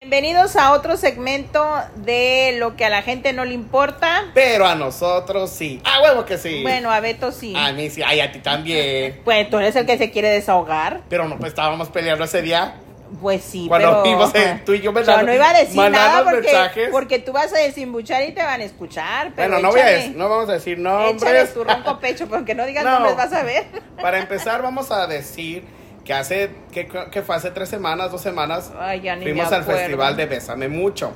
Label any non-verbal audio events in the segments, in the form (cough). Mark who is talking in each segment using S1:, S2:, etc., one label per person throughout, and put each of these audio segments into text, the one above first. S1: Bienvenidos a otro segmento de lo que a la gente no le importa.
S2: Pero a nosotros sí. A huevo que sí. Ah,
S1: Bueno, a Beto sí.
S2: A mí sí. Ay, a ti también.
S1: Pues tú eres el que se quiere desahogar.
S2: Pero no, pues estábamos peleando ese día.
S1: Pues sí, pero...
S2: Cuando vimos en- tú y yo
S1: Yo
S2: mandando-
S1: no iba a decir nada
S2: mandando
S1: porque,
S2: mensajes.
S1: porque tú vas a desembuchar y te van a escuchar. Pero
S2: bueno, no, voy a
S1: échale-
S2: decir- no vamos a decir
S1: Échale
S2: nombres.
S1: tu ronco pecho, porque no digas
S2: (laughs) No.
S1: nombres, vas a ver. (laughs)
S2: Para empezar, vamos a decir que hace que, que fue hace tres semanas, dos semanas,
S1: Ay, ya Ah, ni me
S2: fuimos al
S1: acuerdo.
S2: festival de Bésame Mucho.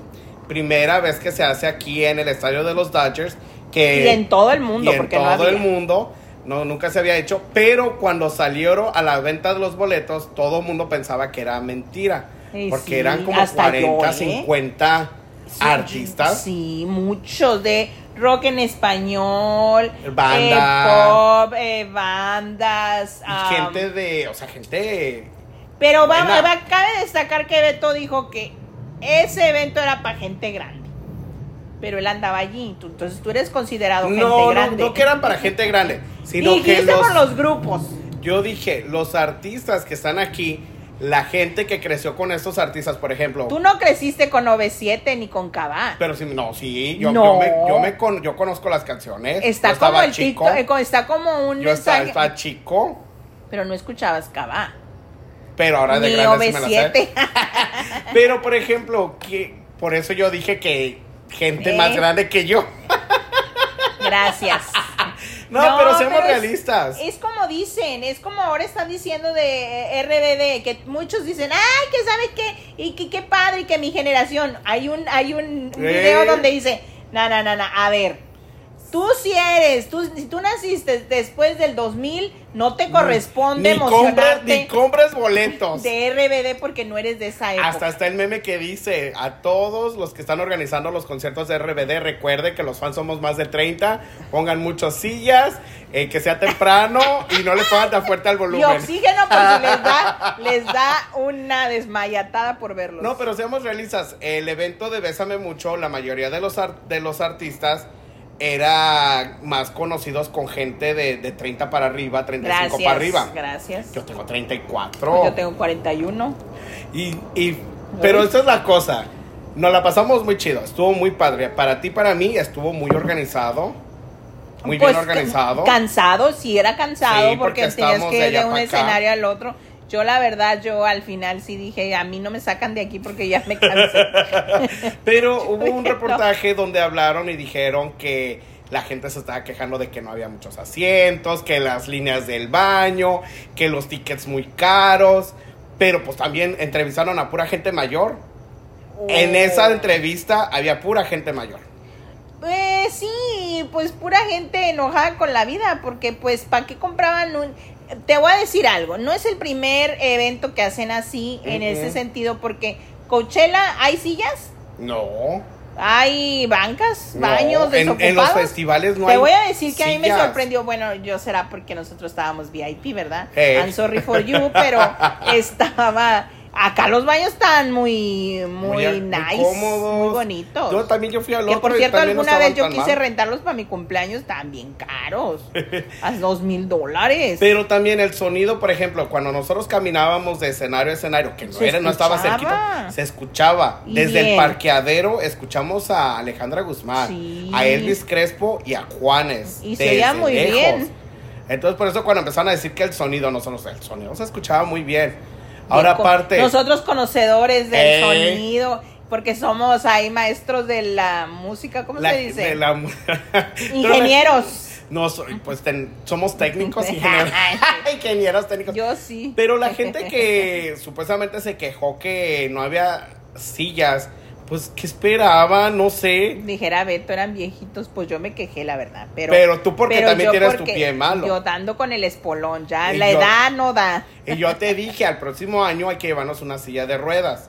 S2: Primera vez que se hace aquí en el estadio de los Dodgers. Que
S1: Y en todo el mundo,
S2: y en
S1: porque
S2: todo
S1: no había.
S2: el mundo. No, nunca se había hecho, pero cuando salieron a la venta de los boletos, todo el mundo pensaba que era mentira.
S1: Eh,
S2: porque
S1: sí,
S2: eran como
S1: hasta
S2: 40,
S1: yo, ¿eh?
S2: 50
S1: Sí,
S2: artistas.
S1: Sí, muchos de rock en español,
S2: Banda.
S1: eh, pop, eh, bandas. ah,
S2: y gente de, o sea, gente...
S1: Pero va,
S2: Buena.
S1: va- cabe destacar que Beto dijo que ese evento era para gente grande. Pero él andaba allí. tú- entonces tú eres considerado gente
S2: No, no,
S1: grande.
S2: no que eran para gente grande, sino
S1: Dijiste
S2: que los,
S1: por los grupos.
S2: yo dije, los artistas que están aquí, la gente que creció con estos artistas, por ejemplo,
S1: Tú no creciste con 97 ni con Cabá.
S2: pero si no, sí, yo,
S1: No.
S2: yo me, yo me con- yo conozco las canciones.
S1: Está
S2: yo
S1: como
S2: estaba
S1: el
S2: chico,
S1: TikTok, eh, co- está como un
S2: yo estaba,
S1: mensaje-
S2: estaba chico.
S1: Pero no escuchabas Cabá.
S2: Pero ahora de
S1: Ni
S2: grande sí me la sé.
S1: OV7.
S2: (laughs) Pero por ejemplo, que por eso yo dije que gente
S1: ¿Eh?
S2: más grande que yo.
S1: (laughs) Gracias.
S2: No, pero seamos
S1: es-
S2: realistas.
S1: Es, como dicen, es como ahora están diciendo de eh, RBD, que muchos dicen, ay, que sabe qué, y que qué padre, y que mi generación. Hay un, hay un
S2: Eh.
S1: video donde dice, na, na, na, na, a ver, tú si eres, tú, si tú naciste después del 2000, no te corresponde
S2: Mm, ni compras, ni
S1: emocionarte
S2: compras boletos.
S1: de RBD porque no eres de esa época.
S2: Hasta está el meme que dice a todos los que están organizando los conciertos de RBD, recuerde que los fans somos más de 30, pongan muchas sillas, eh, que sea temprano y no le pongan tan fuerte al
S1: y
S2: volumen.
S1: oxígeno por si les
S2: (laughs)
S1: da, les da una desmayatada por verlos.
S2: No, pero seamos realistas, el evento de Bésame Mucho, la mayoría de los, ar- de los artistas era más conocidos con gente de, de 30 para arriba, 35
S1: gracias,
S2: para arriba.
S1: Gracias.
S2: Yo tengo 34.
S1: Pues Yo tengo 41.
S2: Y, y- pero
S1: Ay.
S2: esa es la cosa. Nos la pasamos muy chido, estuvo muy padre. Para ti, para mí, estuvo muy organizado. Muy
S1: Pues,
S2: bien organizado.
S1: Cansado, sí era cansado
S2: Sí, porque
S1: porque, tenías
S2: estábamos de
S1: que ir de
S2: allá
S1: un
S2: pa' acá.
S1: escenario al otro. Yo la verdad, yo al final sí dije, a mí no me sacan de aquí porque ya me cansé. (laughs)
S2: Pero hubo un reportaje donde hablaron y dijeron que la gente se estaba quejando de que no había muchos asientos, que las líneas del baño, que los tickets muy caros. Pero pues también entrevistaron a pura gente mayor. (laughs)
S1: Oh.
S2: En esa
S1: Eh,
S2: entrevista había pura gente mayor.
S1: Pues sí, pues pura gente enojada con la vida porque pues ¿para qué compraban un... Te voy a decir algo, no es el primer evento que hacen así en
S2: Ujú.
S1: ese sentido porque Coachella, ¿hay sillas?
S2: No.
S1: ¿Hay bancas?
S2: no.
S1: ¿Baños
S2: en, en los
S1: desocupados?
S2: festivales no
S1: Te
S2: hay
S1: voy a decir que a mí me
S2: sillas.
S1: sorprendió, bueno, yo será porque nosotros estábamos VIP, ¿verdad?
S2: Hey.
S1: I'm sorry for you,
S2: (laughs)
S1: pero estaba acá los baños están muy muy,
S2: muy
S1: nice,
S2: cómodos.
S1: muy
S2: Yo
S1: bonitos.
S2: también yo fui al
S1: que
S2: otro
S1: por
S2: y
S1: cierto,
S2: también no
S1: alguna vez yo
S2: estaban tan
S1: quise
S2: mal.
S1: rentarlos para mi cumpleaños, estaban bien caros,
S2: (laughs)
S1: a dos mil dólares.
S2: Pero también el sonido, por ejemplo, cuando nosotros caminábamos de escenario a escenario, que no,
S1: Se
S2: era, no estaba
S1: escuchaba.
S2: cerquita, se escuchaba.
S1: Y
S2: Desde
S1: bien.
S2: el parqueadero escuchamos a Alejandra Guzmán,
S1: Sí.
S2: a Elvis Crespo y a Juanes.
S1: Y se oía
S2: desde
S1: muy bien.
S2: Entonces, por eso cuando empezaron a decir que el sonido, nosotros, el sonido se escuchaba muy bien.
S1: Bien
S2: Ahora,
S1: con-
S2: aparte,
S1: Nosotros conocedores del
S2: Eh.
S1: sonido, porque somos ahí maestros de la música, ¿cómo
S2: la-
S1: se dice?
S2: de la-
S1: Ingenieros.
S2: (laughs) No, so- pues ten- somos técnicos,
S1: (laughs)
S2: ingenieros, (laughs) ingenieros técnicos.
S1: Yo sí.
S2: Pero la
S1: (laughs)
S2: gente que supuestamente se quejó que no había sillas, pues que esperaba, no sé.
S1: dijera Beto eran viejitos, pues yo me quejé, la verdad. Pero,
S2: Pero, tú porque
S1: pero
S2: también
S1: yo
S2: tienes tu
S1: porque
S2: pie malo.
S1: Yo dando con el espolón, ya
S2: Y
S1: la
S2: yo-
S1: edad no da.
S2: Y yo te dije, al próximo año hay que llevarnos una silla de ruedas.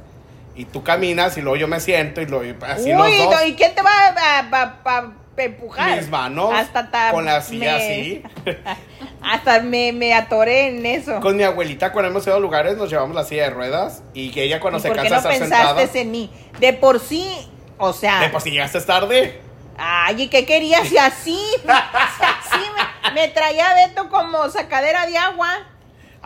S2: Y tú caminas y luego yo me siento y luego así los
S1: Uy,
S2: dos.
S1: no, ¿y quién te va a, a- a- a- a empujar?
S2: mis manos
S1: Hasta ta-
S2: con la
S1: me-
S2: silla así.
S1: Hasta me, me atoré en eso.
S2: Con mi abuelita, cuando hemos ido a lugares, nos llevamos la silla de ruedas y que ella cuando
S1: ¿Y
S2: se
S1: ¿Por qué
S2: cansa de
S1: no
S2: estar
S1: pensaste
S2: sentada.
S1: en mí? De por sí, o sea.
S2: De por si llegaste tarde.
S1: Ay, ¿y qué querías? Si así,
S2: (laughs)
S1: si así me, me traía Beto como sacadera de agua.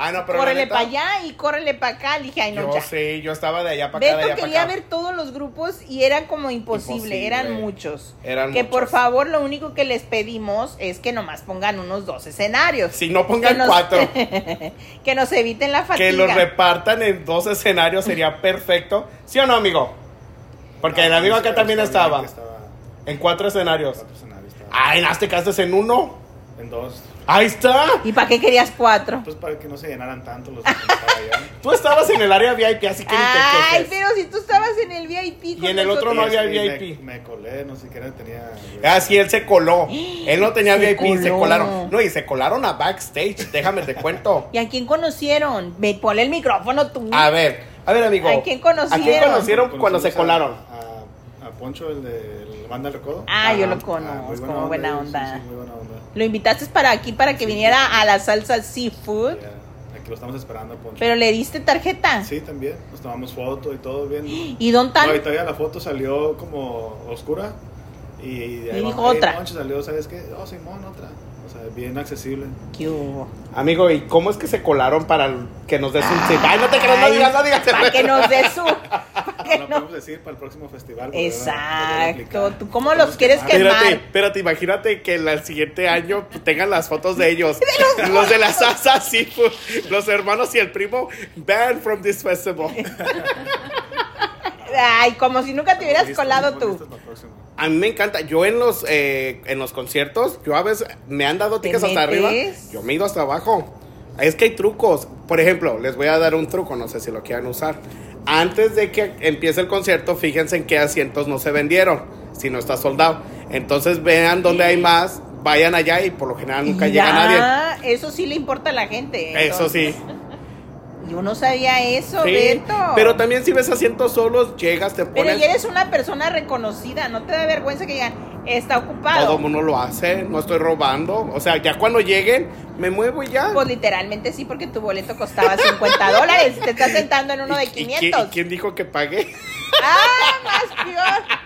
S2: Ah, no, pero. la
S1: Córrele
S2: neta,
S1: para allá y córrele para acá. Le dije, ay, no,
S2: Yo
S1: ya.
S2: sí, yo estaba de allá para acá, de
S1: Beto
S2: allá
S1: quería
S2: para acá.
S1: ver todos los grupos y era como imposible,
S2: Imposible.
S1: eran muchos.
S2: Eran
S1: que por
S2: muchos.
S1: favor lo único que les pedimos es que nomás pongan unos dos escenarios.
S2: Si no
S1: (laughs)
S2: pongan
S1: Que nos-
S2: cuatro,
S1: que nos eviten la fatiga.
S2: que los repartan en dos escenarios sería perfecto. ¿Sí o no, amigo? Porque el amigo acá también estaba. En cuatro escenarios. Ay, en este caso es en uno.
S3: En dos.
S2: Ahí está.
S1: ¿Y para qué querías cuatro?
S3: Pues para que no se llenaran tanto los que estaban allá.
S2: Tú estabas en el área VIP, así que ni te
S1: Ay,
S2: quejes.
S1: pero si tú estabas en el VIP.
S2: Y
S1: con
S2: en el otro
S3: Y
S2: no había
S3: así me-
S2: VIP.
S3: Me, colé, no siquiera tenía.
S2: Ah, sí, él se coló. Él no tenía
S1: Se
S2: VIP, se
S1: coló.
S2: colaron. No, y se colaron a backstage. Déjame te cuento.
S1: ¿Y a quién conocieron? Me ponle el micrófono tú.
S2: A ver, a ver, amigo.
S1: ¿A quién conocieron?
S2: ¿A quién
S3: Ah,
S2: conocieron cuando se
S3: Conocimos
S2: colaron?
S3: A, a- a Poncho, el de la banda del recodo.
S1: Ah, yo
S2: Ajá.
S1: lo conozco,
S3: muy
S1: como buena onda.
S3: Sí, sí, muy buena onda.
S1: Lo invitaste para aquí para que viniera a la salsa seafood,
S3: Ya, Aquí lo estamos esperando, Poncho.
S1: pero le diste tarjeta.
S3: Sí, también. Nos tomamos foto y todo bien.
S1: (gasps) ¿Y dónde
S3: No, y
S1: están?
S3: todavía la foto salió como oscura. Y de ahí
S1: Y
S3: vamos,
S1: dijo
S3: "Ey,
S1: otra".
S3: Poncho salió, ¿sabes qué? Oh, Simón, otra. O sea, bien accesible.
S1: ¿Qué hubo?
S2: Amigo, ¿y cómo es que se colaron para que nos des un tip? Ay, no te creas, no
S1: Ay,
S2: digas, no digas.
S1: Para que nos dé
S2: (laughs)
S1: su. para que
S3: No
S1: no-
S3: podemos decir para el próximo festival. porque ahora lo voy a
S1: Exacto.
S3: aplicar. ah,
S1: ¿Tú cómo los quieres
S3: quemar.
S1: quemar?
S2: Ah, Espérate, espérate, imagínate que el siguiente año tengan las fotos de ellos. los, de la salsa, sí, fu- los hermanos y el primo, banned from this festival.
S1: Ay, como si nunca te hubieras
S3: Listos,
S1: colado
S3: listos
S1: tú.
S3: para el próximo.
S2: A mí me encanta. Yo en los eh, en los conciertos, yo a veces me han dado
S1: ¿Te
S2: tickets hasta
S1: metes?
S2: arriba. Yo me he ido hasta abajo. Es que hay trucos. Por ejemplo, les voy a dar un truco, no sé si lo quieran usar. Antes de que empiece el concierto, fíjense en qué asientos no se vendieron, si no está soldado. Entonces vean dónde hay más, vayan allá y por lo general nunca llega nadie.
S1: Ya, Eso sí le importa a la gente.
S2: Eso sí.
S1: sí. Yo no sabía eso,
S2: Sí,
S1: Beto.
S2: Pero también si ves asientos solos, llegas, te
S1: Pero
S2: pones.
S1: ya eres una persona reconocida, no te da vergüenza que digan, está ocupado.
S2: Todo el mundo lo hace, no estoy robando. O sea, ya cuando lleguen, me muevo y ya.
S1: Pues literalmente sí, porque tu boleto costaba 50 dólares. Te estás sentando en uno
S2: (laughs)
S1: de
S2: ¿Y- y qui- y
S1: 500.
S2: quién dijo que pagué? (laughs)
S1: ¡Ah, más peor!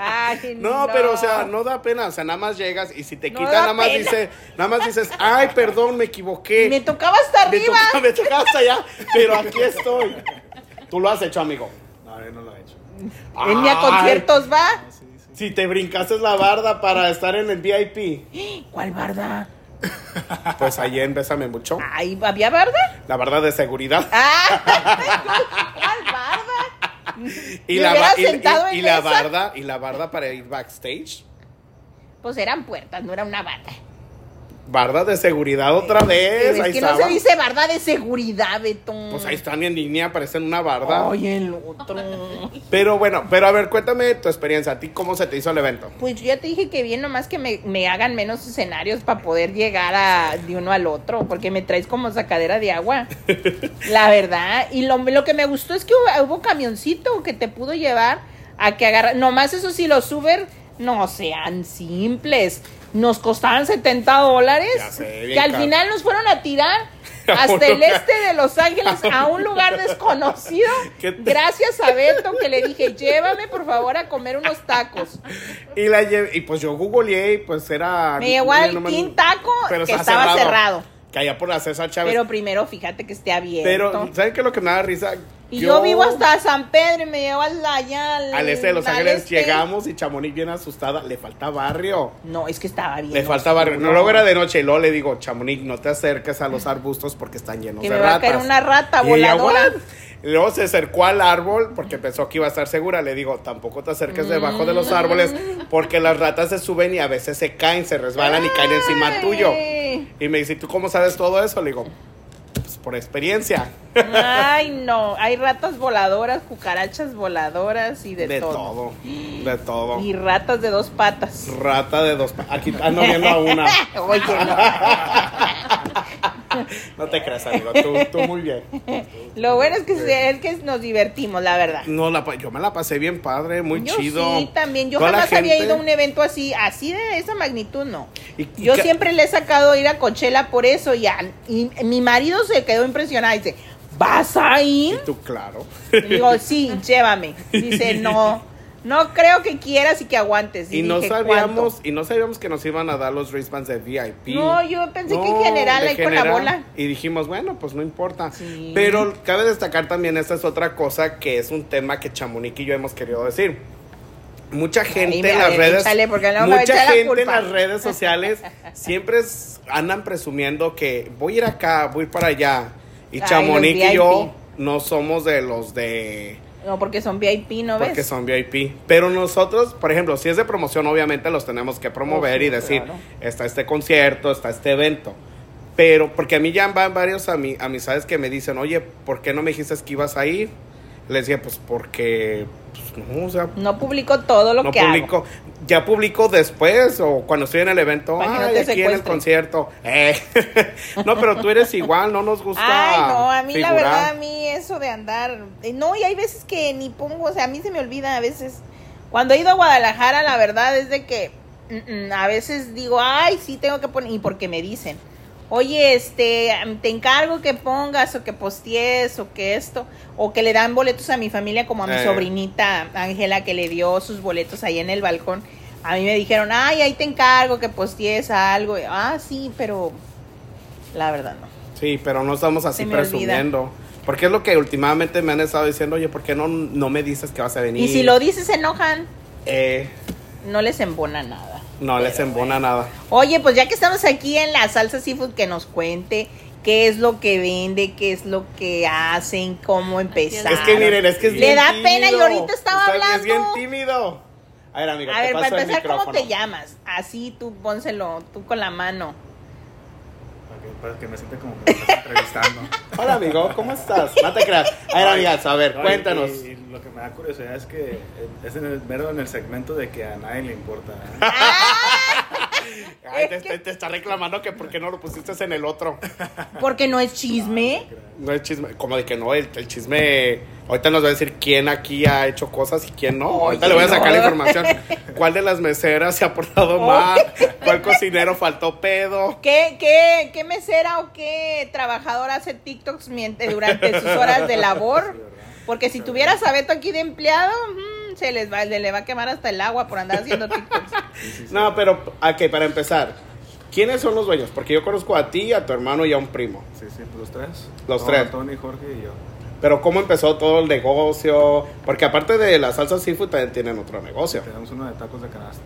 S1: Ay,
S2: (laughs) No, pero o sea, no da pena, o sea, nada más llegas y si te
S1: No
S2: quitan,
S1: da
S2: nada más
S1: pena.
S2: dices, nada más dices, ay, perdón, me equivoqué.
S1: Me tocaba hasta
S2: eh, Me
S1: arriba.
S2: toca- (laughs) me tocaba hasta allá, pero aquí estoy. Tú lo has hecho, amigo.
S3: No, yo no lo he hecho.
S1: En mi a
S2: Ay,
S1: conciertos va.
S3: No, sí, sí.
S2: Si te brincaste la barda para estar en el VIP,
S1: ¿Cuál barda?
S2: pues ahí empésame mucho.
S1: Ay, ¿había barda?
S2: La barda de seguridad.
S1: Ah, (laughs) ¿Cuál barda?
S2: Y
S1: Me
S2: la,
S1: hubiera
S2: ba- y- y-
S1: sentado
S2: y
S1: en
S2: la
S1: esa.
S2: barda, y la barda para ir backstage.
S1: Pues eran puertas, no era una barda.
S2: Barda de seguridad otra
S1: Pero
S2: vez.
S1: Pues es
S2: ahí
S1: que no
S2: estaba.
S1: se dice barda de seguridad, Beto.
S2: Pues ahí están en línea, parecen una barda.
S1: Ay, el otro.
S2: Pero bueno, pero a ver, cuéntame tu experiencia. ¿A ti cómo se te hizo el evento?
S1: Pues yo ya te dije que bien nomás que me, me hagan menos escenarios para poder llegar a, de uno al otro, porque me traes como sacadera de
S2: (laughs)
S1: agua. la verdad. Y lo, lo que me gustó es que hubo, hubo camioncito que te pudo llevar a que agarrar. Nomás eso sí, los Uber no sean simples. Nos costaban 70 dólares.
S2: Ya sé, bien
S1: que al
S2: caro.
S1: final nos fueron a tirar.
S2: (laughs) A un
S1: Hasta el
S2: lugar-
S1: este de Los
S2: (laughs)
S1: Ángeles, a un lugar desconocido,
S2: ¿Qué te-
S1: gracias a Beto que le dije, llévame por favor a comer unos tacos.
S2: Y la lle- y pues yo googleé y pues era.
S1: Me llegó
S2: mira
S1: al
S2: nomás-
S1: King Taco, que estaba cerrado.
S2: Que allá por la César Chávez.
S1: Pero primero, fíjate que esté abierto.
S2: Pero, ¿saben qué es lo que me da risa?
S1: y yo, vivo hasta San Pedro y me llevo al- allá al,
S2: Al este de Los
S1: al
S2: Ángeles
S1: este.
S2: llegamos y Chamonix bien asustada. Le falta barrio.
S1: No, es que estaba bien.
S2: Le falta barrio.
S1: oscuro.
S2: No luego era de noche. Y luego le digo, Chamonix, no te acerques a los arbustos porque están llenos
S1: Que
S2: de
S1: me va a
S2: ratas.
S1: caer una rata
S2: Y ella,
S1: voladora.
S2: "What?". Y Luego se acercó al árbol porque pensó que iba a estar segura. Le digo, tampoco te acerques debajo de los árboles
S1: Mm.
S2: porque las ratas se suben y a veces se caen, se resbalan y caen encima
S1: Ay.
S2: tuyo. Y me dice, ¿tú cómo sabes todo eso? Le digo, pues por experiencia.
S1: Ay, no. Hay ratas voladoras, cucarachas voladoras y de,
S2: De,
S1: todo.
S2: todo. De todo.
S1: Y ratas de dos patas.
S2: Rata de dos. pa- Aquí ando viendo a una.
S1: Oye, no.
S2: No te creas, amigo. Tú, tú muy bien.
S1: Lo bueno es que, se- es que nos divertimos, la verdad.
S2: No, la, pa- yo me la pasé bien padre, muy
S1: yo
S2: chido.
S1: sí, también. Yo
S2: Toda la
S1: jamás había
S2: gente-
S1: ido a un evento así, así de esa magnitud, no.
S2: Y- y
S1: Yo
S2: ca-
S1: siempre le he sacado ir a Coachella por eso y, a- y mi marido se quedó impresionado y dice, ¿vas a
S2: Y
S1: ir?
S2: tú, claro.
S1: Y digo, sí, llévame. Dice, no, no creo que quieras y que aguantes.
S2: Y no
S1: dije,
S2: sabíamos,
S1: "¿Cuánto?".
S2: y no sabíamos que nos iban a dar los wristbands de VIP.
S1: No, yo pensé que en
S2: No,
S1: general
S2: de
S1: ahí con la
S2: general.
S1: bola.
S2: Y dijimos, bueno, pues no importa.
S1: Sí.
S2: Pero cabe destacar también, esta es otra cosa que es un tema que Chamonix y yo hemos querido decir. Mucha gente
S1: mira,
S2: en
S1: a
S2: las
S1: ver,
S2: redes,
S1: échale, porque luego me va a
S2: mucha
S1: echar la
S2: gente en
S1: culpa.
S2: las
S1: (laughs)
S2: redes sociales siempre es- andan presumiendo que voy a ir acá, voy para allá. Y
S1: Ay,
S2: Chamonix
S1: los
S2: y yo
S1: VIP.
S2: no somos de los de
S1: No, porque son VIP, ¿no
S2: porque
S1: ves?
S2: son VIP. Pero nosotros, por ejemplo, si es de promoción, obviamente los tenemos que promover
S1: Oh, sí,
S2: y decir,
S1: claro.
S2: está este concierto, está este evento. Pero, porque a mí ya van varios ami- amistades que me dicen, oye, ¿por qué no me dijiste que ibas a ir? Les dije, pues porque, pues, no, o sea,
S1: No publico todo lo
S2: no
S1: que hago.
S2: publico. Ya publico después o cuando estoy en el evento,
S1: Para que no
S2: ay,
S1: te
S2: aquí en el
S1: secuestren.
S2: concierto. Eh. (laughs) no, pero tú eres igual, no nos gusta
S1: Ay, no, a mí
S2: figurar.
S1: la verdad, a mí eso de andar. eh, No, y hay veces que ni pongo, o sea, a mí se me olvida a veces. Cuando he ido a Guadalajara, la verdad es de que mm, mm, a veces digo, ay, sí tengo que poner, y porque me dicen, oye, este, am, te encargo que pongas o que postees o que esto, o que le dan boletos a mi familia, como a mi
S2: Eh.
S1: sobrinita Ángela que le dio sus boletos ahí en el balcón. A mí me dijeron, ay, ahí te encargo que postees algo. Y, ah, sí, pero la verdad no.
S2: Sí, pero no estamos así
S1: Se me olvida.
S2: presumiendo. Porque es lo que últimamente me han estado diciendo, oye, ¿por qué no, no me dices que vas a venir?
S1: Y si lo dices, se enojan.
S2: Eh,
S1: No les embona nada.
S2: no les embona nada.
S1: Oye, pues ya que estamos aquí en la salsa seafood, que nos cuente qué es lo que vende, qué es lo que hacen, cómo empezar.
S2: Es que miren, es que es
S1: Le
S2: bien
S1: da
S2: tímido.
S1: pena y ahorita estaba
S2: Está- Es bien
S1: hablando.
S2: tímido. A ver, amigo,
S1: A
S2: te
S1: ver,
S2: paso
S1: para
S2: el
S1: empezar, ¿cómo
S2: micrófono.
S1: te llamas? Así tú pónselo, tú con la
S2: (laughs)
S1: mano.
S3: Para que, para que me sienta como que me estás
S1: (laughs)
S3: entrevistando.
S2: Hola, amigo, ¿cómo estás? No te creas. A ver, amigas, a ver,
S3: No, y-
S2: cuéntanos.
S3: Y, y lo que me da curiosidad es que eh, es en el, mero en el segmento de que a nadie le importa. ¿eh?
S1: (laughs)
S2: Ay, te, te- te está reclamando que por qué no lo pusiste en el otro.
S1: Porque no es chisme.
S2: No es chisme, como de que no, el, el chisme. Ahorita nos va a decir quién aquí ha hecho cosas y quién no. ahorita
S1: Oye,
S2: le voy a sacar la
S1: no.
S2: información. ¿Cuál de las meseras se ha portado mal? ¿Cuál cocinero faltó pedo?
S1: ¿Qué, qué, qué mesera o qué trabajador hace TikToks mient- durante sus horas de labor? Porque si tuvieras a Beto aquí de empleado, mm, se les va, le, le va a quemar hasta el agua por andar
S2: (laughs)
S1: haciendo TikToks.
S2: No, pero, ok, para empezar, ¿quiénes son los dueños? Porque yo conozco a ti, a tu hermano y a un primo.
S3: Sí, sí, pues los tres.
S2: Los
S3: No,
S2: tres.
S3: Tony, Jorge y yo.
S2: Pero ¿cómo empezó todo el negocio? Porque aparte de la salsa seafood, también tienen otro negocio.
S3: Tenemos uno de tacos de canasta.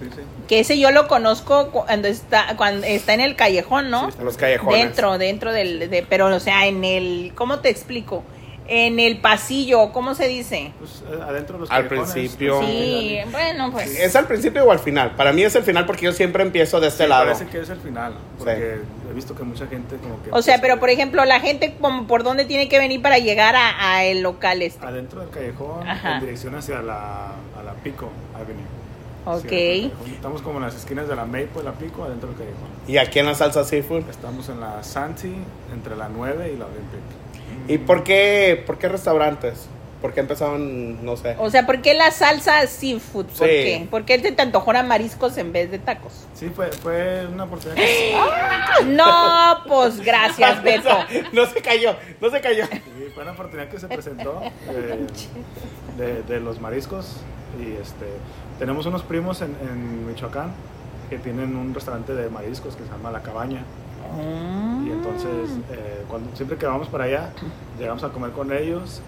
S3: Sí, sí.
S1: Que ese yo lo conozco cu- cuando está, cuando está en el callejón, ¿no?
S2: Los callejones.
S1: dentro, dentro del, de, pero o sea, en el, ¿cómo te explico? En el pasillo, ¿cómo se dice?
S3: Pues eh, adentro de los
S2: Al
S3: callejones,
S2: principio.
S1: Sí, bueno, pues.
S2: ¿Es al principio o al final? Para mí es el final porque yo siempre empiezo de este
S3: Sí,
S2: lado.
S3: Parece que es el final, porque he visto que mucha gente como que...
S1: O sea, pero por ejemplo, la gente, como ¿por dónde tiene que venir para llegar a, a el local este?
S3: Adentro del callejón,
S1: Ajá.
S3: en dirección hacia la, a la Pico Avenue.
S2: Ah,
S1: Ok.
S3: Hacia el callejón. Estamos como en las esquinas de la Maple, la Pico, adentro del callejón.
S2: Y aquí en la salsa seafood.
S3: Estamos en la Santi, entre la 9 y la Olympic.
S2: ¿Y por qué, por qué restaurantes? ¿Por qué empezaron, no (laughs) sé?
S1: O sea, ¿por qué la salsa seafood? ¿Por
S2: Sí.
S1: qué? ¿Por qué te antojaron mariscos en vez de tacos?
S3: Sí, fue, fue una oportunidad
S1: ¡Ah!
S3: que...
S1: No, pues
S2: (laughs)
S1: gracias, Beto.
S2: no se cayó, no se cayó.
S3: Sí, fue una
S1: (laughs)
S3: oportunidad que se presentó eh, de, de los mariscos y este tenemos unos primos en, en Michoacán que tienen un restaurante de mariscos que se llama La Cabaña
S1: Ah.
S3: y entonces eh, cuando siempre que vamos para allá llegamos a comer con ellos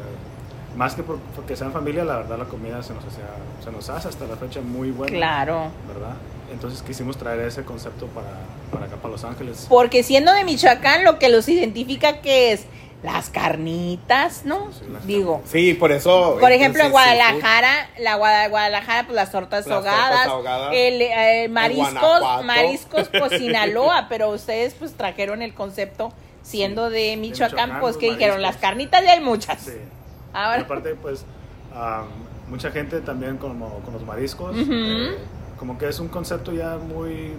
S3: eh, más que por- porque sean familia la verdad la comida se nos hacía- se nos hace hasta la fecha muy buena
S1: Claro.
S3: verdad entonces quisimos traer ese concepto para, para acá para Los Ángeles
S1: Porque siendo de Michoacán, lo que los identifica que es las carnitas, ¿no?
S3: Sí, las
S1: Digo.
S2: Sí, por eso. eh,
S1: Por ejemplo, en
S2: entonces, sí,
S1: Guadalajara, la Guada- Guadalajara, pues las tortas
S2: Las tortas
S1: ahogadas,
S2: ahogadas.
S1: el eh, mariscos,
S2: Guanajuato.
S1: mariscos, pues Sinaloa, pero ustedes pues trajeron el concepto siendo de Michoacán,
S3: Michoacán,
S1: pues
S3: los
S1: que dijeron, las
S3: mariscos.
S1: carnitas ya hay muchas.
S3: Sí. Y
S1: Ahora,
S3: aparte, pues, am, mucha gente también como, con los mariscos.
S1: Ujú.
S3: eh, como que es un concepto ya muy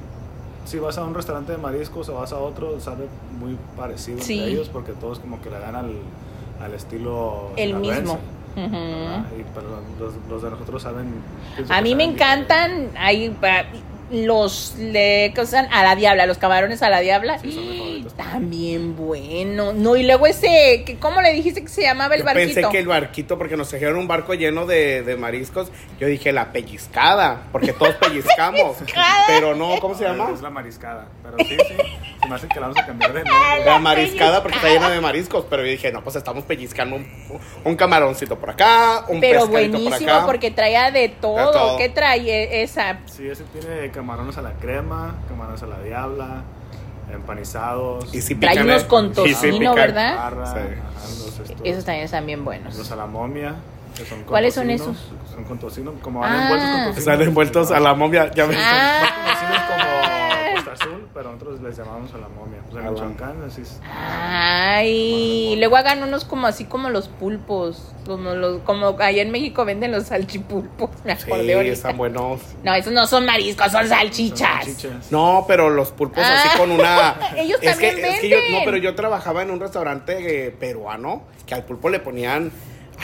S3: si vas a un restaurante de mariscos o vas a otro, sabe muy parecido
S1: Sí.
S3: entre ellos porque todos como que le dan al, al estilo.
S1: El
S3: sinaloense,
S1: mismo.
S3: ¿verdad?
S1: Ujú.
S3: Y, pero los, los de nosotros saben. pienso
S1: A
S3: que
S1: mí
S3: saben
S1: me
S3: diferente.
S1: encantan ahí pa- los le causan a la diabla, los camarones a la diabla.
S3: Sí, son mis favoritos.
S1: También bueno. No, y luego ese, que- ¿cómo le dijiste que se llamaba el
S2: Yo
S1: barquito?
S2: Pensé que el barquito, porque nos trajeron un barco lleno de, de mariscos. Yo dije la pellizcada,
S1: (laughs)
S2: porque todos (laughs) pellizcamos. pero no, ¿cómo se llama?
S3: Es la mariscada. Pero sí, sí. Se me hace que la vamos a cambiar de nombre.
S2: La mariscada, porque está llena de mariscos. Pero yo dije, no, pues estamos pellizcando un, un camaroncito por acá, un
S1: Pero
S2: pescadito por
S1: buenísimo
S2: acá.
S1: porque traía de todo.
S2: todo.
S1: ¿Qué trae esa?
S3: Sí, ese tiene camarones a la crema, camarones a la diabla, empanizados.
S2: Y sí
S1: Trae
S2: pican,
S1: unos
S2: ¿eh?
S1: con
S2: Y sí
S1: tocino,
S2: pican.
S1: ¿verdad?
S3: barra,
S2: Sí.
S3: ajá, los estos-
S1: Esos también están bien buenos.
S3: Los a la momia. que son con
S1: ¿Cuáles son
S3: tocino,
S1: esos?
S3: Son con tocino, como van
S1: Ah.
S3: envueltos con tocino.
S2: Están envueltos a la momia. Ya me
S3: Son conocidos
S1: Ah.
S3: como Costa Azul, pero nosotros les llamamos a la momia. O sea,
S2: Ah,
S3: en
S2: bueno.
S3: Michoacán, así es.
S1: Ay, luego hagan unos como así como los pulpos, como los, como allá en México venden los salchipulpos, me
S2: Sí,
S1: acordé ahorita.
S2: están buenos.
S1: No, esos no son mariscos, son
S3: Son
S1: salchichas.
S3: salchichas.
S2: No, pero los pulpos
S1: Ah.
S2: así con una.
S1: (laughs) Ellos
S2: es que,
S1: también
S2: es que yo,
S1: venden.
S2: no, pero yo trabajaba en un restaurante eh, peruano que al pulpo le ponían.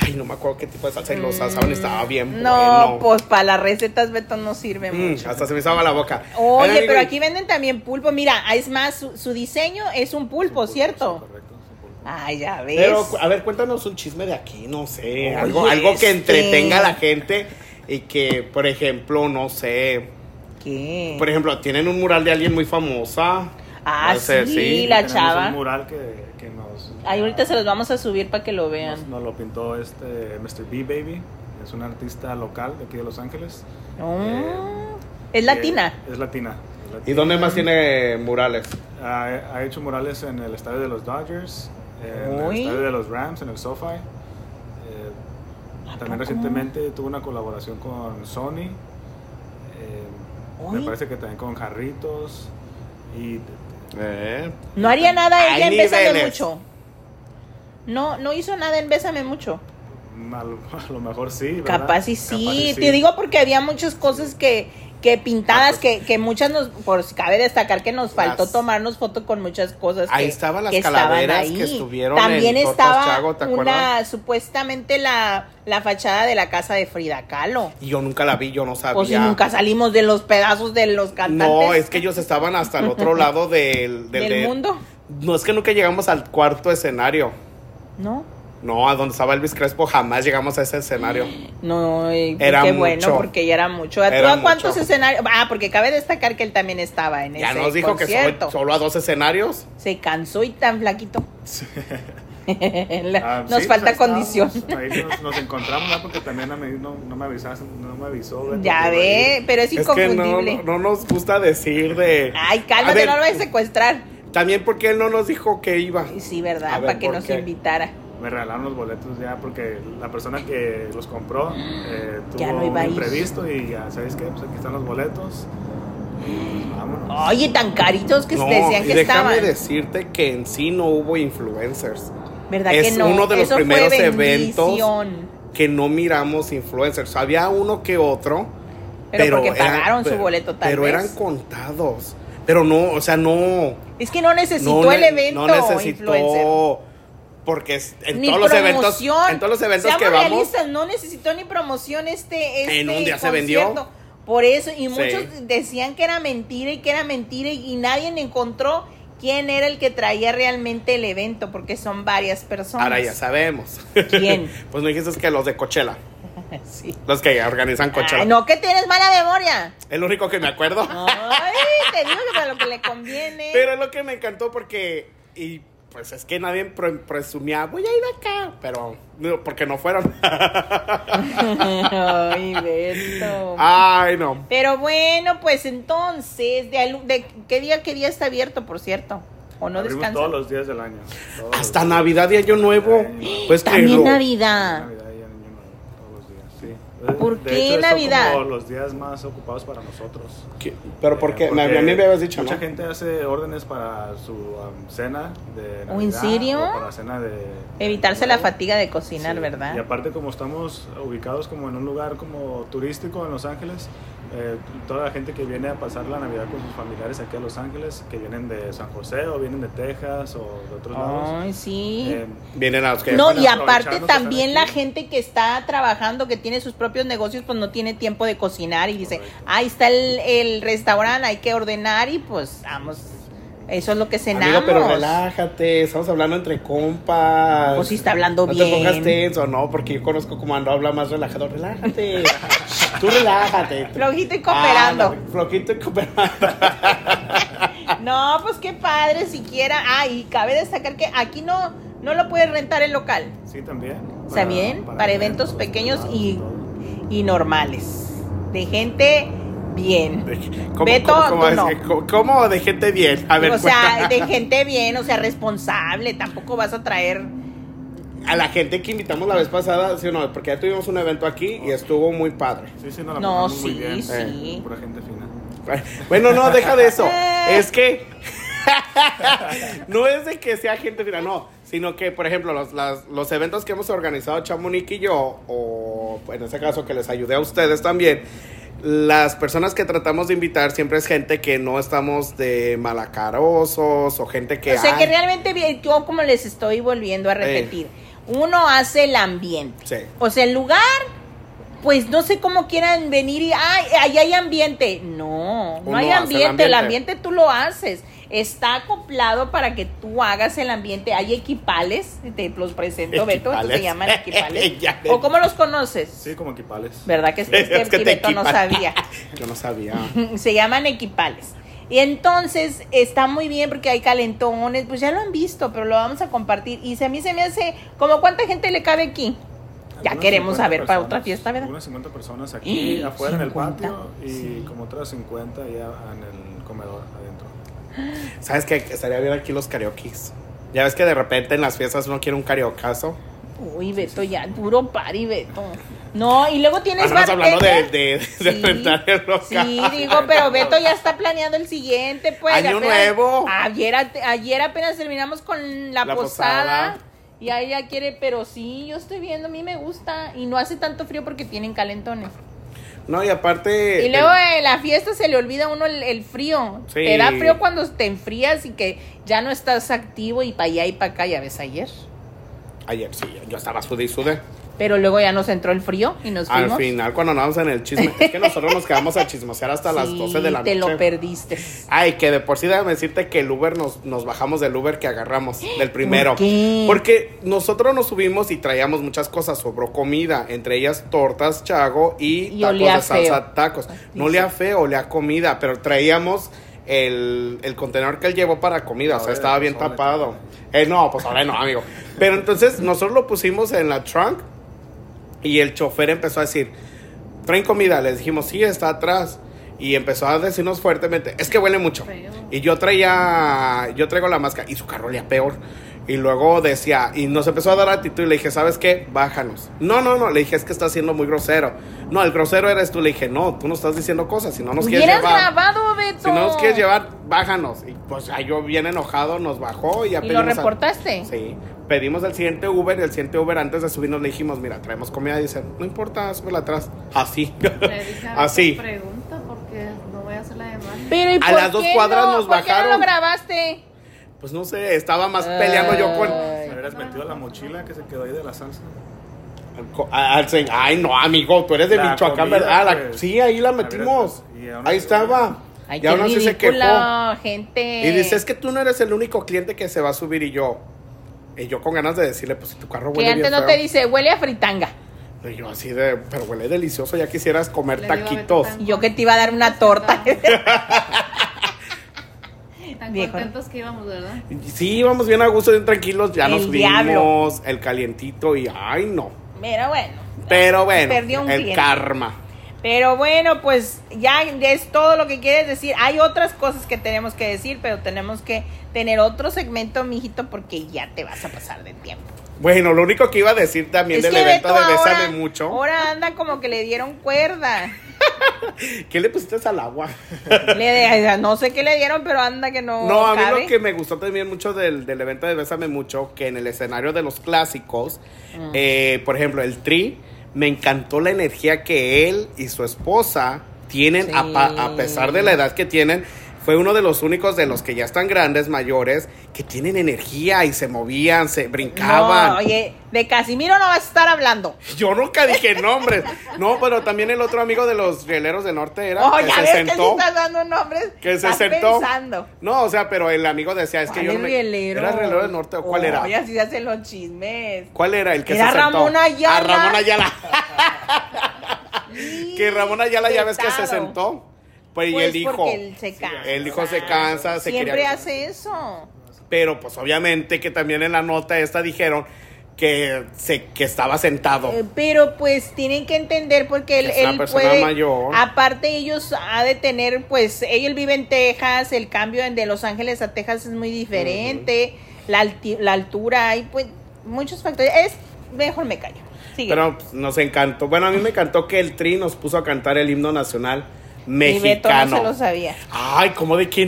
S2: Ay, no me acuerdo qué tipo de salsa y los asaban, estaba bien
S1: Mm. No,
S2: bueno.
S1: pues para las recetas Beto no sirve
S2: Mm,
S1: mucho.
S2: hasta se me estaba la boca. Ay,
S1: Oye,
S2: amigo,
S1: pero
S2: y-
S1: aquí venden también pulpo. Mira, es más, su, su diseño es un pulpo,
S3: sí,
S1: ¿cierto?
S3: Correcto. sí, pulpo.
S1: Ay, ya ves.
S2: Pero, a ver, cuéntanos un chisme de aquí, no sé. algo,
S1: Oye,
S2: algo que
S1: este.
S2: entretenga a la gente y que, por ejemplo, no sé.
S1: ¿Qué?
S2: Por ejemplo, tienen un mural de alguien muy famosa.
S1: ah,
S2: puede ser,
S1: sí,
S2: sí,
S1: la
S3: Tenemos
S1: chava.
S3: un mural que, que nos.
S1: Ay, ahorita se los vamos a subir para que lo vean.
S3: Nos, nos lo pintó este Mr. B Baby. Es un artista local de aquí de Los Ángeles.
S2: Eh,
S1: Oh, es latina.
S3: Eh, Es, latina. es latina.
S2: ¿Y dónde más tiene murales?
S3: Ha, ha hecho murales en el estadio de los Dodgers, en el
S1: Uy.
S3: estadio de los Rams, en el SoFi. Eh,
S1: poco?
S3: también recientemente tuvo una colaboración con Sony. Eh, me
S1: Uy.
S3: parece que también con Jarritos. Y
S2: Eh,
S1: No haría nada
S2: Hay
S1: ella en Bésame
S2: niveles.
S1: Mucho. No, no hizo nada en Bésame Mucho.
S3: a lo, (laughs) a lo mejor sí. ¿verdad?
S1: Capaz y sí. Te digo porque había muchas cosas que, que
S3: Ah,
S1: pintadas, que,
S3: pues.
S1: que muchas nos, por si cabe destacar que nos faltó
S2: Las-
S1: tomarnos foto con muchas cosas.
S2: Ahí
S1: que-
S2: estaban las
S1: que estaban
S2: calaveras
S1: ahí.
S2: que estuvieron
S1: También
S2: en Tortas
S1: estaba
S2: Chago, ¿te
S1: una,
S2: acuerdas?
S1: supuestamente la, la fachada de la casa de Frida Kahlo.
S2: Y yo nunca la vi, yo no sabía.
S1: O si nunca salimos de los pedazos de los cantantes
S2: No, es que ellos estaban hasta el
S1: (laughs)
S2: otro lado del,
S1: del
S2: de-
S1: mundo.
S2: No, es que nunca llegamos al cuarto escenario.
S1: ¿No?
S2: No, a donde estaba Elvis Crespo jamás llegamos a ese escenario.
S1: No, y
S2: Era
S1: qué
S2: mucho.
S1: bueno, porque ya era mucho. ¿A tú
S2: Era
S1: a cuántos
S2: mucho.
S1: escenarios? Ah, porque cabe destacar que él también estaba en
S2: Ya
S1: ese
S2: nos dijo
S1: concierto.
S2: que solo, solo a dos escenarios.
S1: Se cansó y tan flaquito. (laughs) La-
S3: Ah,
S1: nos
S3: sí,
S1: falta
S3: pues, ahí
S1: condición.
S3: estábamos, Ahí nos, nos encontramos, ¿no? Porque también a mí no, no me avisaste, no
S1: (laughs)
S3: me avisó. Beto, que
S1: Ya
S3: iba a ir.
S1: ve, pero es
S2: Es que no,
S1: inconfundible.
S2: no nos gusta decir de.
S1: Ay,
S2: A
S1: cálmate,
S2: ver,
S1: no lo vayas a secuestrar.
S2: También porque él no nos dijo que iba.
S1: Y Sí, ¿verdad?
S2: A ver,
S1: Para que
S2: ¿por
S1: nos
S2: qué?
S1: invitara.
S3: Me regalaron los boletos ya porque la persona que los compró eh, tuvo
S1: Ya no iba a
S3: un
S1: ir.
S3: imprevisto y ya, ¿sabes qué? Pues aquí están los boletos. Y pues vámonos.
S1: Oye, tan caritos que
S2: No,
S1: decían
S2: y
S1: que
S2: déjame
S1: estaban.
S2: decirte que en sí no hubo influencers.
S1: ¿Verdad
S2: es
S1: que no?
S2: uno de los
S1: Eso fue
S2: primeros eventos.
S1: bendición.
S2: Que no miramos influencers. Había uno que otro.
S1: Pero porque
S2: eran-
S1: pagaron su
S2: pero-
S1: boleto, tal
S2: Pero
S1: vez.
S2: eran contados. Pero no, o sea, no.
S1: Es que no necesitó
S2: no,
S1: el
S2: ne-
S1: evento,
S2: No necesitó.
S1: influencer.
S2: Porque es- en
S1: Ni
S2: todos los eventos.
S1: promoción.
S2: En todos los eventos
S1: Seamos
S2: que vamos.
S1: realistas, no necesitó ni promoción este, este
S2: En un día se
S1: concierto.
S2: vendió.
S1: Por eso, y muchos decían que era mentira y que era mentira y, y nadie encontró quién era el que traía realmente el evento, porque son varias personas.
S2: Ahora ya sabemos.
S1: ¿Quién?
S2: (laughs) pues me dijiste que los de Coachella.
S1: (laughs) Sí.
S2: Los que organizan Coachella.
S1: Ay, no, que tienes mala memoria.
S2: Es lo único que me acuerdo.
S1: Ay, te digo que para lo que le conviene.
S2: (laughs) Pero es lo que me encantó porque. Y pues es que nadie pre- presumía, voy a ir acá. Pero. no, Porque no fueron.
S1: (laughs) Ay, Beto.
S2: (laughs) Ay, no.
S1: Pero bueno, pues entonces, de, alu- de- ¿qué día qué día está abierto, por cierto? ¿O no
S3: Abrimos
S1: descansa?
S3: todos los días del año. todos
S2: Hasta
S3: los-
S2: Navidad y Año Nuevo. Pues
S1: También
S2: que
S1: Navidad.
S3: Navidad y Año Nuevo, todos los días, sí.
S1: ¿Por
S3: De
S1: qué
S3: hecho, es
S1: Navidad?
S3: como los días más ocupados para nosotros.
S2: que- Pero porque,
S3: Eh,
S2: me- a mí me habías dicho,
S3: Mucha
S2: ¿no?
S3: gente hace órdenes para su um, cena de
S1: ¿O en
S3: Navidad
S1: serio?
S3: o para cena de...
S1: Evitarse la
S3: Navidad.
S1: fatiga de cocinar,
S3: Sí, Y
S1: ¿verdad?
S3: aparte como estamos ubicados como en un lugar como turístico en Los Ángeles, eh, toda la gente que viene a pasar la Navidad con sus familiares aquí a Los Ángeles, que vienen de San José o vienen de Texas o de otros lados.
S1: Ay, sí.
S3: eh,
S2: Vienen a los que.
S1: No,
S3: bueno,
S1: y aparte
S3: aprovecharnos que están
S1: también la
S3: aquí.
S1: gente que está trabajando, que tiene sus propios negocios, pues no tiene tiempo de cocinar y dice, ahí está el, el restaurante, hay que ordenar y pues vamos, eso es lo que cenamos.
S2: Amigo, pero relájate, estamos hablando entre compas.
S1: Pues sí está hablando
S2: no
S1: bien.
S2: te pongas tenso, no, porque yo conozco como Ando habla más relajado. Relájate. Tú
S1: (laughs)
S2: relájate.
S1: Flojito y cooperando.
S3: Ah,
S2: Ándale, flojito y cooperando.
S1: No, pues qué padre siquiera. Ah, y cabe destacar que aquí no, no lo puedes rentar el local
S3: Sí, también.
S1: Está bien, para eventos pequeños y-
S3: todo.
S1: y normales. De gente bien.
S2: (laughs) ¿Cómo,
S1: Beto,
S2: cómo, cómo
S1: tú
S2: es
S1: no.
S2: que- cómo- cómo de gente bien? A ver,
S1: o sea,
S2: cuenta.
S1: de gente bien, o sea, responsable, tampoco vas a traer.
S2: a la gente que invitamos la vez pasada, sí o no, porque ya tuvimos un evento aquí y estuvo muy padre.
S3: Sí, sí, no, la
S1: No,
S3: pasamos muy
S1: sí,
S3: bien. eh,
S1: sí.
S3: Pura gente fina.
S2: Bueno, no, deja
S1: (laughs)
S2: de eso.
S1: Eh.
S2: Es que (laughs) no es de que sea gente fina, no, sino que, por ejemplo, los, las- los eventos que hemos organizado Chamonix y yo, o en este caso que les ayudé a ustedes también, las personas que tratamos de invitar siempre es gente que no estamos de malacarosos o gente que...
S1: o sea, que
S2: ay,
S1: realmente bien, yo como les estoy volviendo a repetir, uno hace el ambiente.
S2: Sí.
S1: O sea, el lugar, pues no sé cómo quieran venir y, ay, ahí hay ambiente. No, no
S2: Uno
S1: hay
S2: hace el
S1: ambiente, el
S2: ambiente.
S1: ambiente tú lo haces. Está acoplado para que tú hagas el ambiente. Hay equipales, te los presento, Beto, estos
S2: Equipales.
S1: se
S2: (laughs)
S1: llaman equipales.
S2: Ya.
S1: ¿O cómo los conoces?
S3: Sí, como equipales.
S1: ¿Verdad que este,
S2: Es que
S1: y
S2: te
S1: Beto no
S2: equipan.
S1: sabía?
S2: Yo no sabía.
S1: (laughs) se llaman equipales. Y entonces está muy bien porque hay calentones, pues ya lo han visto, pero lo vamos a compartir. Y se- a mí se me hace como cuánta gente le cabe aquí. Ya
S3: Algunas
S1: queremos
S3: 50
S1: saber para
S3: personas,
S1: otra fiesta, ¿verdad?
S3: Unas 50 personas aquí
S1: ¡Eh!
S3: afuera en
S1: 50,
S3: el patio y
S1: sí.
S3: como otras 50 ya en el comedor adentro.
S2: ¿Sabes qué? Estaría bien aquí los karaokis. Ya ves que de repente en las fiestas uno quiere un karaokazo.
S1: Uy, Beto, ya, puro party, Beto. No, y luego tienes
S2: Estamos hablando de,
S1: bartender.
S2: de, de rentar el local.
S1: Sí, digo,
S2: (laughs)
S1: pero Beto ya está planeando el siguiente, pues.
S2: Año
S1: apenas-
S2: nuevo.
S1: Ayer, ate- ayer apenas terminamos con la,
S2: La
S1: posada.
S2: posada.
S1: Y ahí ya quiere, pero sí, yo estoy viendo, a mí me gusta. Y no hace tanto frío porque tienen calentones.
S2: No, y aparte.
S1: Y luego eh, en la fiesta se le olvida a uno el, el frío.
S2: Sí.
S1: Te da frío cuando te enfrías y que ya no estás activo y para allá y para acá, ya ves ayer.
S2: Ayer sí, yo estaba sudé y sudé.
S1: Pero luego ya nos entró el frío y nos
S2: Al
S1: fuimos.
S2: final, cuando andábamos en el chisme, es que nosotros nos quedamos a chismosear hasta las
S1: Sí,
S2: 12 de la noche.
S1: te lo perdiste.
S2: Ay, que de por sí déjame decirte que el Uber nos, nos bajamos del Uber que agarramos, del primero.
S1: qué?
S2: Porque nosotros nos subimos y traíamos muchas cosas, sobró comida, entre ellas tortas, chago y,
S1: Y
S2: tacos
S1: olía
S2: de salsa,
S1: feo.
S2: tacos. No olía feo, olía comida, pero traíamos el, el contenedor que él llevó para comida, o sea,
S3: Ahora,
S2: estaba bien
S3: ahora
S2: tapado. Eh, no, pues ahora no, amigo. Pero entonces nosotros lo pusimos en la trunk y el chofer empezó a decir, traen comida. Les dijimos, sí, está atrás. Y empezó a decirnos fuertemente, es que huele mucho. Y yo traía, yo traigo la máscara y su carro olía peor. Y luego decía, y nos empezó a dar actitud y le dije, ¿sabes qué? Bájanos. No, no, no, le dije, es que estás siendo muy grosero. No, el grosero eres tú. Le dije, no, tú no estás diciendo cosas, si no nos quieres
S1: Hubieras
S2: llevar.
S1: grabado, Beto.
S2: Si no nos quieres llevar, bájanos. Y pues ya yo bien enojado nos bajó y ya
S1: Y lo
S2: pedimos a-
S1: reportaste.
S2: Sí, pedimos al siguiente Uber y el siguiente Uber antes de subirnos le dijimos, mira, traemos comida. Y dicen, no importa, súbela atrás. Así.
S4: (laughs) Le
S2: (laughs)
S4: dije a
S2: Así.
S4: Beto, Pregunta porque no voy a hacer la demanda.
S1: Pero ¿y
S2: A
S1: por
S2: las dos
S1: qué
S2: cuadras
S1: no?
S2: nos
S1: ¿Por qué no
S2: bajaron.
S1: lo grabaste?
S2: Pues no sé, estaba más
S3: Ah.
S2: peleando yo con...
S3: ¿Me hubieras metido la mochila que se quedó ahí de la salsa?
S2: con- al señ- Ay, no, amigo, tú eres de
S3: La
S2: Michoacán,
S3: comida,
S2: ¿verdad? La-
S3: pues.
S2: sí, ahí la
S3: La
S2: metimos.
S3: verdad, y aún
S2: Ahí
S3: así-
S2: estaba.
S1: Ay,
S2: y
S1: qué
S2: aún así se quejó.
S1: ridículo, gente.
S2: Y dice, es que tú no eres el único cliente que se va a subir y yo... Y yo con ganas de decirle, pues si tu carro
S1: que
S2: huele
S1: antes
S2: bien
S1: no
S2: feo.
S1: te dice, huele a fritanga.
S2: Y yo así de, pero huele delicioso, ya quisieras comer
S4: Le digo a Beto,
S2: taquitos.
S4: tan
S1: Y yo que te iba a dar una torta. (laughs)
S4: (laughs) Tan
S1: Viejo.
S4: contentos que íbamos, ¿verdad?
S2: Sí, íbamos bien a gusto, bien tranquilos, ya nos
S1: El
S2: subimos,
S1: diablo.
S2: el calientito y ay no.
S1: Mira, bueno.
S2: Pero bueno,
S1: Perdió un
S2: el
S1: cliente.
S2: karma.
S1: Pero bueno, pues ya es todo lo que quieres decir. Hay otras cosas que tenemos que decir, pero tenemos que tener otro segmento, mijito, porque ya te vas a pasar de tiempo.
S2: Bueno, lo único que iba a decir también del evento de Bésame Mucho,
S1: ahora anda como que le dieron
S2: (laughs)
S1: cuerda.
S2: ¿qué le pusiste al agua?
S1: Le de- no sé qué le dieron, pero anda que no.
S2: No, a mí
S1: cabe.
S2: lo que me gustó también mucho del, del evento de Bésame Mucho, que en el escenario de los clásicos,
S1: Mm.
S2: eh, por ejemplo, el Tri, me encantó la energía que él y su esposa mantienen a, pa- a pesar de la edad que tienen. Fue uno de los únicos de los que ya están grandes, mayores, que tienen energía y se movían, se brincaban.
S1: No, oye, de Casimiro no vas a estar hablando.
S2: Yo nunca dije nombres. No, pero también el otro amigo de los rieleros del norte era
S1: Oh,
S2: que
S1: ya
S2: se
S1: ves que sí
S2: sentó.
S1: estás dando nombres.
S2: que se
S1: estás
S2: sentó.
S1: pensando.
S2: No, o sea, pero el amigo decía, es que
S1: ¿Cuál
S2: yo no me-
S1: rielero?
S2: ¿Era rielero del norte o cuál
S1: Oh,
S2: era?
S1: Oye, así se hacen los chismes.
S2: ¿Cuál era el que
S1: Era
S2: se sentó?
S1: Ramón Ayala.
S2: Ah, Ramón Ayala. que Ramón Ayala ya ves que se
S1: Petado.
S2: sentó. Pues, y
S1: Pues
S2: él dijo,
S1: porque él se cansa.
S2: él dijo, se cansa, se
S1: Siempre
S2: quería-
S1: hace eso.
S2: pero pues obviamente que también en la nota esta dijeron que, se, que estaba sentado.
S1: Eh, Pero pues tienen que entender porque él,
S2: Es una
S1: él
S2: persona
S1: puede,
S2: mayor.
S1: aparte ellos ha de tener, pues ellos viven en Texas, el cambio de Los Ángeles a Texas es muy diferente, la, alti- la altura, y pues muchos factores. Es, mejor me callo. Sigue.
S2: Pero pues, nos encantó. Bueno, a mí me encantó que el Tri nos puso a cantar el himno nacional
S1: Y Beto no se
S2: mexicano.
S1: lo sabía.
S2: Ay, ¿cómo de que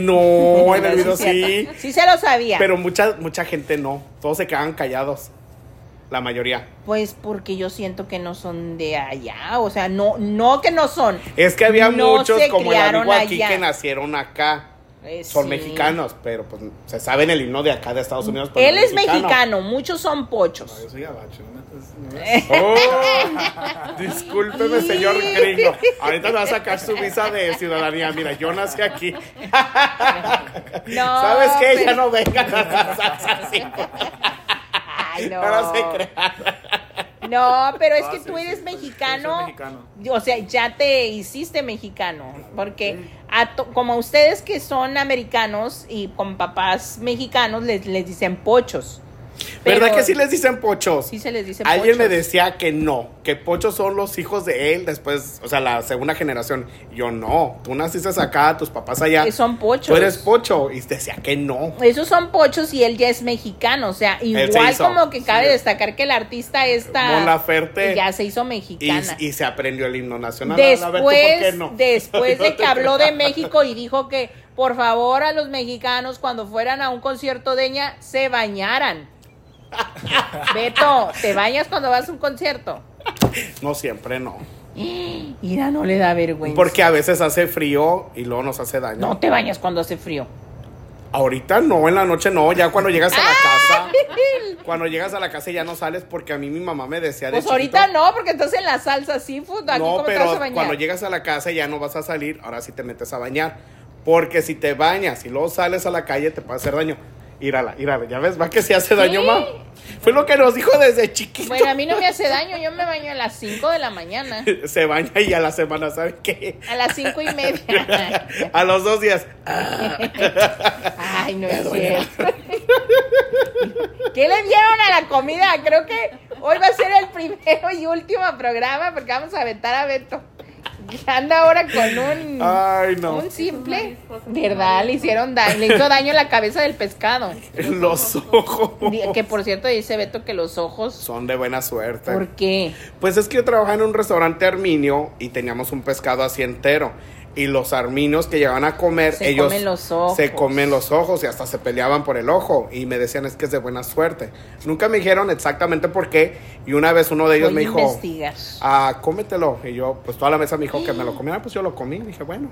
S1: (laughs)
S2: no? En el video
S1: Sí,
S2: sí.
S1: cierto. Sí se lo sabía.
S2: Pero mucha, mucha gente no. Todos se quedan callados. La mayoría.
S1: Pues porque yo siento que no son de allá, o sea, no, no que no son.
S2: Es que había
S1: No
S2: muchos
S1: se
S2: como el amigo
S1: criaron
S2: aquí
S1: allá.
S2: que nacieron acá.
S1: Eh,
S2: Son
S1: sí.
S2: mexicanos, pero pues se saben el himno de acá de Estados Unidos. pero
S1: Él
S2: no
S1: es mexicano, muchos son
S3: No,
S1: pochos.
S3: yo soy gabacho, ¿no? Entonces, no me-
S1: Eh.
S2: Oh, (laughs) discúlpeme, señor gringo. Ahorita me va a sacar su visa de ciudadanía. Mira, yo nací aquí.
S1: No,
S2: ¿Sabes qué? Ya
S1: pero-
S2: no vengan a las así.
S1: (laughs) Ay, (laughs) no.
S2: No, no se crean.
S1: No, pero es
S3: Ah,
S1: que
S3: sí,
S1: tú
S3: sí,
S1: eres
S3: sí,
S1: mexicano.
S3: soy mexicano.
S1: O sea, ya te hiciste mexicano. Porque a to- como ustedes que son americanos y con papás mexicanos les, les dicen pochos.
S2: ¿Verdad
S1: Pero
S2: que sí les dicen pochos?
S1: sí se les dice
S2: Alguien me
S1: pochos.
S2: decía que no, que pochos son los hijos de él después, o sea, la segunda generación. Yo no, tú naciste acá, tus papás allá.
S1: Que son pochos.
S2: Tú eres pocho. Y decía que no.
S1: Esos son pochos y él ya es mexicano. O sea,
S2: se
S1: igual
S2: hizo.
S1: como que cabe
S2: Sí.
S1: destacar que la artista esta
S2: Mon Laferte.
S1: ya se hizo
S2: Y,
S1: mexicana.
S2: y se aprendió el himno nacional. A ver, ¿tú por qué
S1: Después,
S2: no? (laughs)
S1: después
S2: No
S1: de
S2: te
S1: que habló de
S2: creas.
S1: México y dijo que por favor a los mexicanos cuando fueran a un concierto de ella se
S2: (laughs)
S1: bañaran. Beto, ¿te bañas cuando vas a un concierto?
S2: No, siempre no.
S1: Mira, no le da vergüenza.
S2: Porque a veces hace frío y luego nos hace daño.
S1: No te bañas cuando hace frío.
S2: Ahorita no, en la noche no, ya cuando
S1: (laughs)
S2: llegas a la casa. Cuando llegas a la casa y ya no sales porque a mí mi mamá me decía de
S1: Pues
S2: chiquito,
S1: ahorita no, porque estás en la salsa seafood. Aquí
S2: No,
S1: cómo te vas a
S2: pero
S1: bañar.
S2: cuando llegas a la casa ya no vas a salir, ahora sí te metes a bañar. Porque si te bañas y luego sales a la calle te puede hacer daño. Írala, írala, ya ves, va que se hace daño, ma. Fue lo que nos dijo desde chiquito.
S1: Bueno, a mí no me hace daño, yo me baño a las 5 de la mañana.
S2: (laughs) Se baña y a la semana, ¿sabe qué?
S1: A las cinco y media.
S2: A los dos días.
S1: Ay, no es cierto. ¿Qué le dieron a la comida? Creo que hoy va a ser el primero y último programa porque vamos a aventar a Beto. Que anda ahora con un,
S2: Ay, Ah, no.
S1: un simple.
S4: Esos mariscos.
S1: ¿Verdad? Le hicieron da- le hizo daño la cabeza del
S2: (laughs)
S1: pescado.
S2: Los ojos.
S1: Di- Que por cierto dice Beto que los ojos.
S2: Son de buena suerte.
S1: ¿Por qué?
S2: Pues es que yo trabajaba en un restaurante arminio y teníamos un pescado así entero. Y los arminios que llegaban a comer,
S1: Se
S2: ellos
S1: comen los ojos.
S2: se comen los ojos y hasta se peleaban por el ojo. Y me decían, es que es de buena suerte. Nunca me dijeron exactamente por qué. Y una vez uno de ellos
S1: Voy
S2: me
S1: a
S2: dijo,
S1: investigar.
S2: ah, cómetelo. Y yo, pues toda la mesa me dijo que me lo comiera, pues yo lo comí. dije, bueno.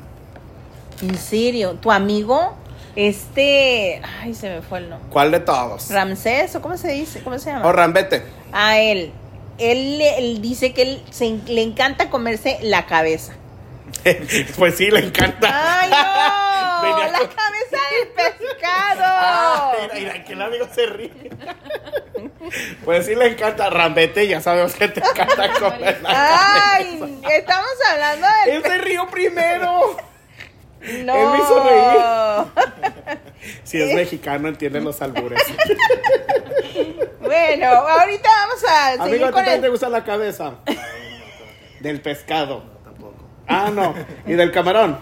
S1: En serio, tu amigo, este. Ay, se me fue el nombre.
S2: ¿Cuál de todos?
S1: Ramsés, o cómo se dice, cómo se llama.
S2: o Rambete. (laughs)
S1: a él. Él, le- él dice que él se en- le encanta comerse la
S2: (laughs)
S1: cabeza.
S2: pues sí, le encanta.
S1: ¡Ay, no!
S2: Venía
S1: ¡La
S2: con-
S1: cabeza
S2: (laughs)
S1: del
S2: Ah,
S1: pescado!
S2: mira, mira, que el amigo se ríe. Pues sí le encanta Rambete, ya sabemos que te encanta comer la
S1: ¡Ay! Estamos hablando del.
S2: Él se rió primero.
S1: ¡No!
S2: él me hizo reír. Si es mexicano, entiende los albures.
S1: Bueno, ahorita vamos a seguir
S2: Amigo, ¿a ti
S1: con
S2: también te
S1: el.
S2: gusta la cabeza? Del pescado.
S3: Tampoco,
S2: Ah, no. Y del camarón.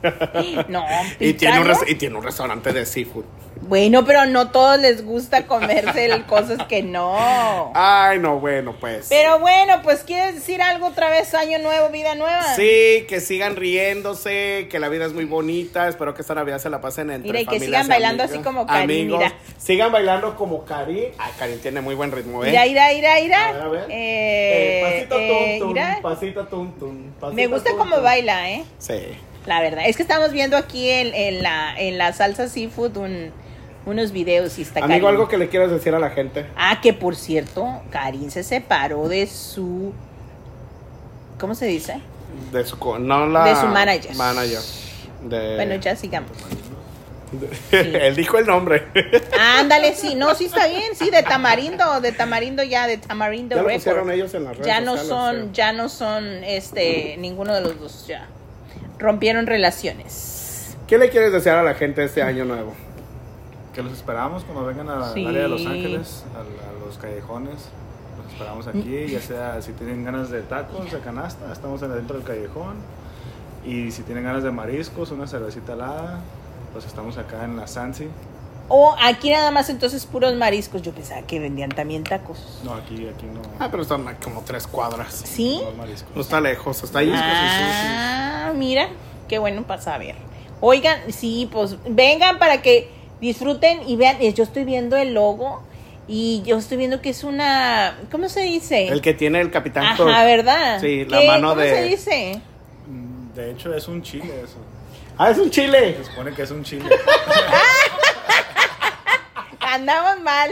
S3: tampoco.
S1: (gasps) No,
S2: Y tiene, un
S1: pícaro.
S2: res- y tiene un restaurante de seafood.
S1: Bueno, pero no todos les gusta comerse
S2: (laughs)
S1: el- cosas que no.
S2: Ay, no, bueno, pues.
S1: Pero bueno, pues quieres decir algo otra vez, año nuevo, vida nueva.
S2: Sí, que sigan riéndose, que la vida es muy bonita. Espero que esta Navidad se la pasen entre
S1: Mira, y que
S2: familias
S1: sigan bailando
S2: amigos-
S1: así como Karin,
S2: amigos.
S1: mira.
S2: Sigan bailando como Karin. Ah, Karin tiene muy buen ritmo, ¿eh?
S1: Ira, ira, ira, ira.
S2: A ver, a ver.
S1: Eh,
S2: pasito
S1: eh,
S2: tum, tum,
S1: ira.
S2: pasito tum, tum, pasito
S1: Me gusta
S2: tum,
S1: cómo
S2: tum.
S1: baila, ¿eh?
S2: Sí.
S1: La verdad. Es que estamos viendo aquí en, en la, en la salsa seafood un- unos videos y está Karin.
S2: Amigo, algo que le quieras decir a la gente.
S1: Ah, que por cierto, Karin se separó de su... ¿Cómo se dice?
S2: De su, co- no la,
S1: De su manager.
S2: Manager. De,
S1: Bueno,
S2: (laughs)
S1: ya sigamos.
S2: Él dijo el nombre.
S1: Ándale, sí, no, sí está bien, sí, de tamarindo, de tamarindo ya, de tamarindo
S2: ya lo
S1: Records.
S2: pusieron ellos en las redes
S1: ya no
S2: sociales,
S1: son,
S2: sí.
S1: ya no son, este, ninguno de los dos ya. Rompieron relaciones.
S2: ¿Qué le quieres desear a la gente este año nuevo?
S3: Que los esperamos cuando vengan al
S1: Sí.
S3: área de Los Ángeles, al- a, los callejones. Los esperamos
S1: Mm.
S3: aquí, ya sea si tienen ganas de tacos, de canasta, estamos adentro del callejón. Y si tienen ganas de mariscos, una cervecita helada, pues estamos acá en la Sansi.
S1: O aquí nada más entonces puros mariscos. Yo pensaba que vendían también tacos.
S3: No, aquí, aquí no.
S2: Ah, pero están como tres cuadras.
S1: ¿Sí? Pues,
S3: no hay mariscos.
S2: No está lejos, está ahí.
S1: Ah, mira, qué bueno para saber. Oigan, sí, pues vengan para que disfruten y vean. eh, Yo estoy viendo el logo y yo estoy viendo que es una, ¿cómo se dice?
S2: El que tiene el capitán Kirk.
S1: Ajá, ¿verdad?
S2: Sí, la
S1: ¿Qué?
S2: mano
S1: ¿Cómo
S2: de-
S1: se dice?
S3: Mm, De hecho, es un chile eso.
S2: Ah, es un chile.
S3: Se supone que es
S1: (laughs)
S3: un chile.
S1: Andamos mal.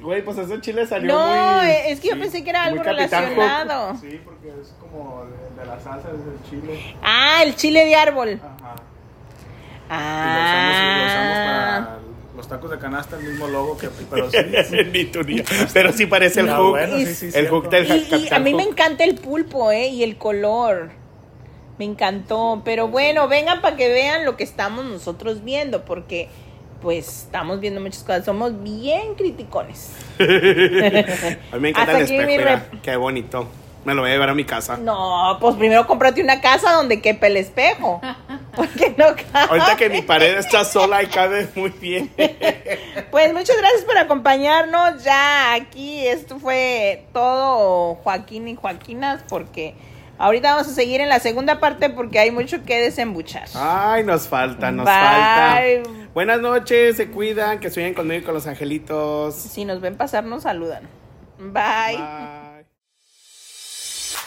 S2: Güey, pues ese chile salió
S1: No, eh,
S2: muy-
S1: es que yo
S2: sí,
S1: pensé que era algo
S2: muy Capitán Hook.
S1: relacionado.
S3: Sí, porque es como de, de la salsa, es el chile.
S1: Ah, el chile de árbol.
S3: Ajá. Y lo usamos, y lo usamos
S1: Ah.
S3: para los tacos de canasta, el mismo logo que. Pero sí. sí.
S2: (laughs) Ni tú ni yo. Pero sí parece el
S3: Ah,
S2: hook.
S3: bueno, sí, sí,
S2: el
S3: cierto.
S2: hook del
S1: Y, y a
S2: Capitán
S1: mí me
S2: Hook.
S1: encanta el pulpo, ¿eh? Y el color. Me encantó. Pero bueno, vengan para que vean lo que estamos nosotros viendo, porque pues estamos viendo muchas cosas. Somos bien criticones.
S2: A mí me encanta el
S1: Hasta aquí
S2: espejo.
S1: mi
S2: mira,
S1: rep-
S2: Qué bonito. Me lo voy a llevar a mi casa.
S1: No, pues primero cómprate una casa donde quepa el espejo. (laughs) Porque no cabe.
S2: Ahorita que mi pared está sola y cabe muy bien.
S1: Pues muchas gracias por acompañarnos. Ya aquí esto fue todo Joaquín y Joaquinas porque ahorita vamos a seguir en la segunda parte porque hay mucho que desembuchar.
S2: Ay, nos falta, nos
S1: Bye.
S2: falta. Buenas noches, se cuidan, que sueñen conmigo y con los angelitos.
S1: Si nos ven pasar nos saludan. Bye.
S2: Bye.